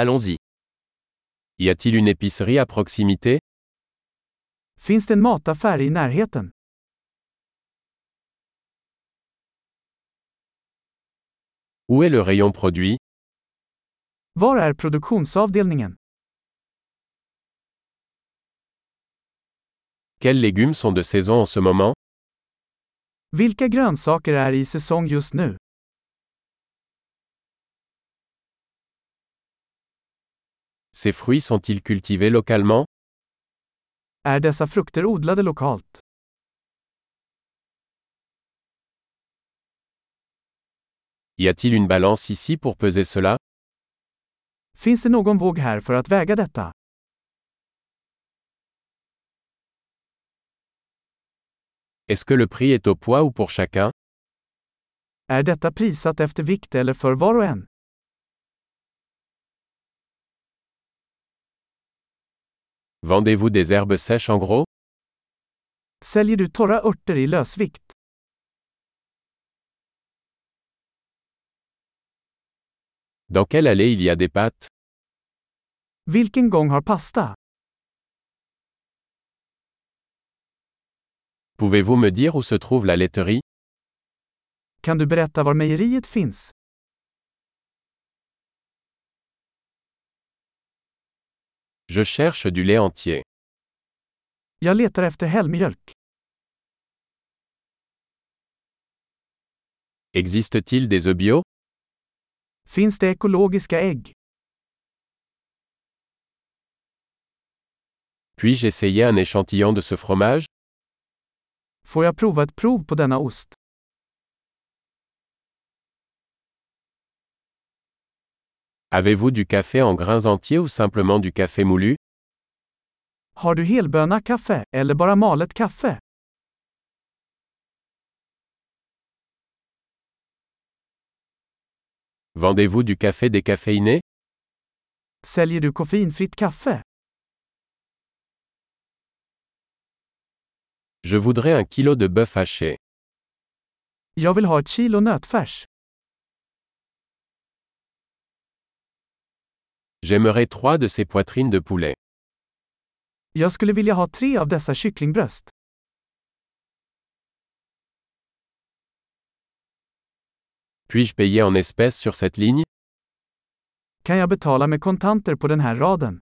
Allons-y. Y a-t-il une épicerie à proximité Finns det en mataffär i närheten? Où est le rayon produit Var är produktionsavdelningen? Quels légumes sont de saison en ce moment Vilka grönsaker är i säsong just nu? Ces fruits sont-ils cultivés localement Är dessa frukter odlade lokalt? Y a-t-il une balance ici pour peser cela Finns det någon våg här för att väga detta? Est-ce que le prix est au poids ou pour chacun Är detta prissatt efter vikt eller för var och en? Vendez-vous des herbes sèches en gros Säljer du torra örter i lösvikt? Dans quelle allée il y a des pâtes Vilken gång har pasta? Pouvez-vous me dire où se trouve la laiterie Kan du berätta var mejeriet finns? Je cherche du lait entier. Jag letar efter helmjölk. Existe-t-il des œufs bio Finns det ekologiska ägg? Puis-je essayer un échantillon de ce fromage Får jag prova ett prov på denna ost? Avez-vous du café en grains entiers ou simplement du café moulu Har du helböna kaffe, eller bara malet kaffe? Vendez-vous du café décaféiné Säljer du koffeinfritt kaffe? Je voudrais un kilo de bœuf haché. Jag vill ha ett kilo nötfärs. J'aimerais trois de ces poitrines de poulet. Jag skulle vilja ha tre av dessa kycklingbröst. Puis-je payer en espèces sur cette ligne Kan jag betala med kontanter på den här raden?